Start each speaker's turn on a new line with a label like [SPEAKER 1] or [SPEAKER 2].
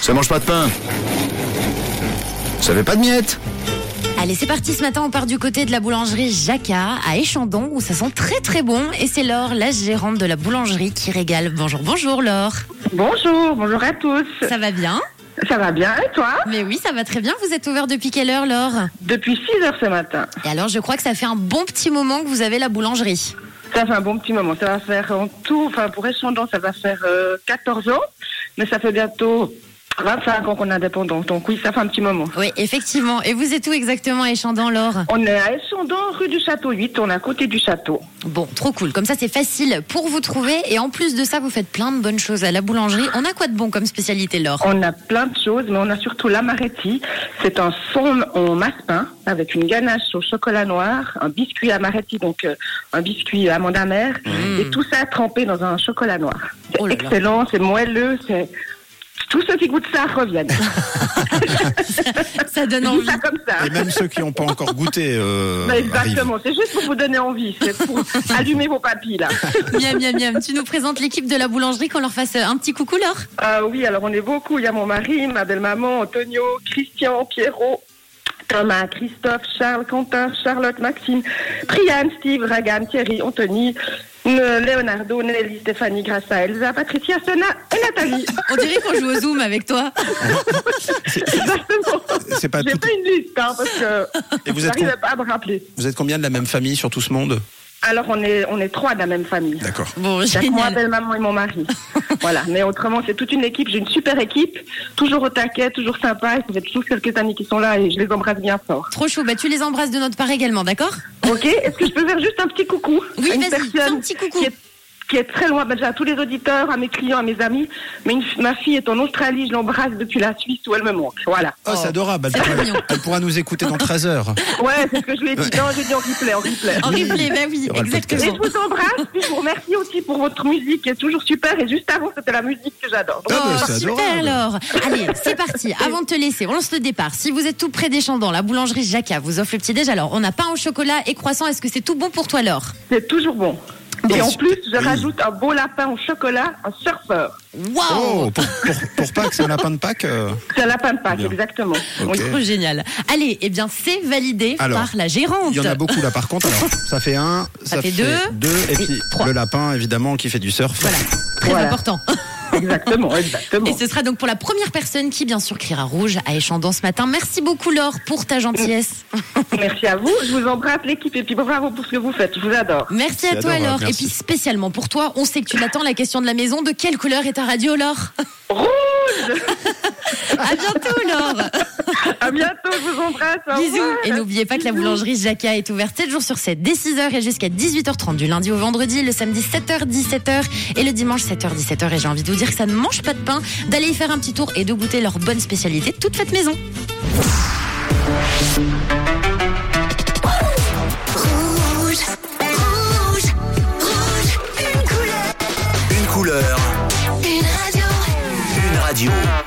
[SPEAKER 1] Ça mange pas de pain. Ça fait pas de miettes.
[SPEAKER 2] Allez, c'est parti ce matin, on part du côté de la boulangerie Jacquat à Échandon où ça sent très très bon et c'est Laure, la gérante de la boulangerie qui régale. Bonjour, bonjour Laure.
[SPEAKER 3] Bonjour, bonjour à tous.
[SPEAKER 2] Ça va bien
[SPEAKER 3] Ça va bien et toi
[SPEAKER 2] Mais oui, ça va très bien. Vous êtes ouvert depuis quelle heure Laure
[SPEAKER 3] Depuis 6 heures ce matin.
[SPEAKER 2] Et alors, je crois que ça fait un bon petit moment que vous avez la boulangerie.
[SPEAKER 3] Ça fait un bon petit moment. Ça va faire en tout, enfin pour Échandon, ça va faire euh, 14 ans, mais ça fait bientôt 25 ans qu'on est indépendant. Donc oui, ça fait un petit moment.
[SPEAKER 2] Oui, effectivement. Et vous êtes où exactement à Échandon Laure
[SPEAKER 3] On est à Essondon, rue du Château 8, on est à côté du château.
[SPEAKER 2] Bon, trop cool. Comme ça, c'est facile pour vous trouver. Et en plus de ça, vous faites plein de bonnes choses à la boulangerie. On a quoi de bon comme spécialité, Laure
[SPEAKER 3] On a plein de choses, mais on a surtout l'amaretti. C'est un fond en masse pain avec une ganache au chocolat noir, un biscuit amaretti, donc euh, un biscuit amande amère, et tout ça trempé dans un chocolat noir. C'est
[SPEAKER 2] Mmh. Oh là là.
[SPEAKER 3] excellent, c'est moelleux, c'est... Tous ceux qui goûtent ça reviennent.
[SPEAKER 2] Ça donne
[SPEAKER 3] Je dis
[SPEAKER 2] envie.
[SPEAKER 3] ça comme ça.
[SPEAKER 4] Et même ceux qui n'ont pas encore goûté. euh,
[SPEAKER 3] Bah,
[SPEAKER 4] arrivent.
[SPEAKER 3] exactement, c'est juste pour vous donner envie, c'est pour allumer vos papilles là.
[SPEAKER 2] Miam, miam, miam. Tu nous présentes l'équipe de la boulangerie qu'on leur fasse un petit coucou, Laure
[SPEAKER 3] Ah oui, alors on est beaucoup. Il y a mon mari, ma belle-maman, Antonio, Christian, Pierrot, Thomas, Christophe, Charles, Quentin, Charlotte, Maxime, Priane, Steve, Ragan, Thierry, Anthony, N- Leonardo, Nelly, Stéphanie, Grassa, Elsa, Patricia, Sona et Nathalie.
[SPEAKER 2] On dirait qu'on joue au Zoom avec toi.
[SPEAKER 3] Exactement.
[SPEAKER 4] C'est pas
[SPEAKER 3] J'ai
[SPEAKER 4] tout-
[SPEAKER 3] fait une liste hein, parce que
[SPEAKER 4] Et vous êtes
[SPEAKER 3] j'arrivais pas à me rappeler.
[SPEAKER 4] Vous êtes combien de la même famille sur tout ce monde
[SPEAKER 3] Alors on est on est trois de la même famille.
[SPEAKER 4] D'accord.
[SPEAKER 2] Bon,
[SPEAKER 3] Chaque moi, bah-
[SPEAKER 2] génial.
[SPEAKER 3] belle-maman et mon mari. voilà. Mais autrement, c'est toute une équipe. J'ai une super équipe. Toujours au taquet, toujours sympa. Et ça fait toujours quelques amis qui sont là et je les embrasse bien fort.
[SPEAKER 2] Trop chaud. Bah, tu les embrasses de notre part également, d'accord
[SPEAKER 3] Ok Est-ce que je peux faire juste un petit coucou
[SPEAKER 2] Oui,
[SPEAKER 3] à une
[SPEAKER 2] vas-y, fais un
[SPEAKER 3] personne
[SPEAKER 2] petit coucou.
[SPEAKER 3] qui est, qui est très loin, ben, déjà à tous les auditeurs, à mes clients, à mes amis. Mais une- ma fille est en Australie. Je l'embrasse depuis la Suisse où elle me manque. Voilà.
[SPEAKER 4] Oh, c'est adorable. Elle
[SPEAKER 2] C'est
[SPEAKER 4] pourra,
[SPEAKER 2] mignon.
[SPEAKER 4] elle pourra nous écouter dans 13 heures.
[SPEAKER 3] Ouais, c'est ce que je lui ai dit. Non, j'ai dit en replay, en replay.
[SPEAKER 2] En replay, bah oui,
[SPEAKER 4] Il y aura le
[SPEAKER 3] Et je
[SPEAKER 2] exactement.
[SPEAKER 3] vous embrasse, puis je vous remercie aussi pour votre musique qui est toujours super. Et juste avant, c'était la musique que j'adore.
[SPEAKER 2] Oh,
[SPEAKER 4] Ah bah, c'est
[SPEAKER 2] super
[SPEAKER 4] adorable.
[SPEAKER 2] alors Allez, c'est parti. Avant de te laisser, on lance le départ. Si vous êtes tout près des Chandons, la boulangerie Jacquat vous offre le petit déj. Alors, on a pain au chocolat et croissant. Est-ce que c'est tout bon pour toi, Laure
[SPEAKER 3] C'est toujours bon.
[SPEAKER 4] Bon,
[SPEAKER 3] Et en
[SPEAKER 4] super.
[SPEAKER 3] plus, je
[SPEAKER 4] Oui.
[SPEAKER 3] rajoute un beau lapin au chocolat, un surfeur.
[SPEAKER 2] Waouh
[SPEAKER 4] Oh, pour, pour, pour Pâques, c'est un lapin de Pâques euh,
[SPEAKER 3] C'est un lapin de Pâques,
[SPEAKER 4] Bien.
[SPEAKER 3] exactement.
[SPEAKER 4] Ok.
[SPEAKER 2] Oh, Trop génial. Allez, eh bien, c'est validé
[SPEAKER 4] Alors,
[SPEAKER 2] par la gérante.
[SPEAKER 4] Il y en a beaucoup là par contre. Alors, ça fait un,
[SPEAKER 2] Ça fait deux.
[SPEAKER 4] deux, et puis
[SPEAKER 2] trois.
[SPEAKER 4] le lapin évidemment qui fait du surf.
[SPEAKER 2] Voilà, très
[SPEAKER 3] Voilà.
[SPEAKER 2] important.
[SPEAKER 3] Exactement, exactement.
[SPEAKER 2] Et ce sera donc pour la première personne qui, bien sûr, criera rouge à Échandon ce matin. Merci beaucoup, Laure, pour ta gentillesse.
[SPEAKER 3] Merci à vous. Je vous embrasse, l'équipe, et puis bravo pour ce que vous faites. Je vous adore.
[SPEAKER 2] Merci à
[SPEAKER 4] C'est
[SPEAKER 2] toi,
[SPEAKER 4] adorable,
[SPEAKER 2] Laure. Et
[SPEAKER 4] merci.
[SPEAKER 2] puis, spécialement pour toi, on sait que tu l'attends, la question de la maison. De quelle couleur est ta radio, Laure
[SPEAKER 3] Rouge
[SPEAKER 2] À bientôt, Laure
[SPEAKER 3] À bientôt, je vous embrasse. Au
[SPEAKER 2] Bisous
[SPEAKER 3] revoir.
[SPEAKER 2] Et n'oubliez pas que la boulangerie Jacquat est ouverte 7 jours sur 7, dès 6h et jusqu'à 18h30, du lundi au vendredi, le samedi 7h, 17h et le dimanche 7h, 17h. Et j'ai envie de vous dire que ça ne mange pas de pain, d'aller y faire un petit tour et de goûter leur bonne spécialité toute faite maison.
[SPEAKER 5] Rouge, rouge, rouge, une couleur,
[SPEAKER 6] Une couleur,
[SPEAKER 5] une radio.
[SPEAKER 6] une radio.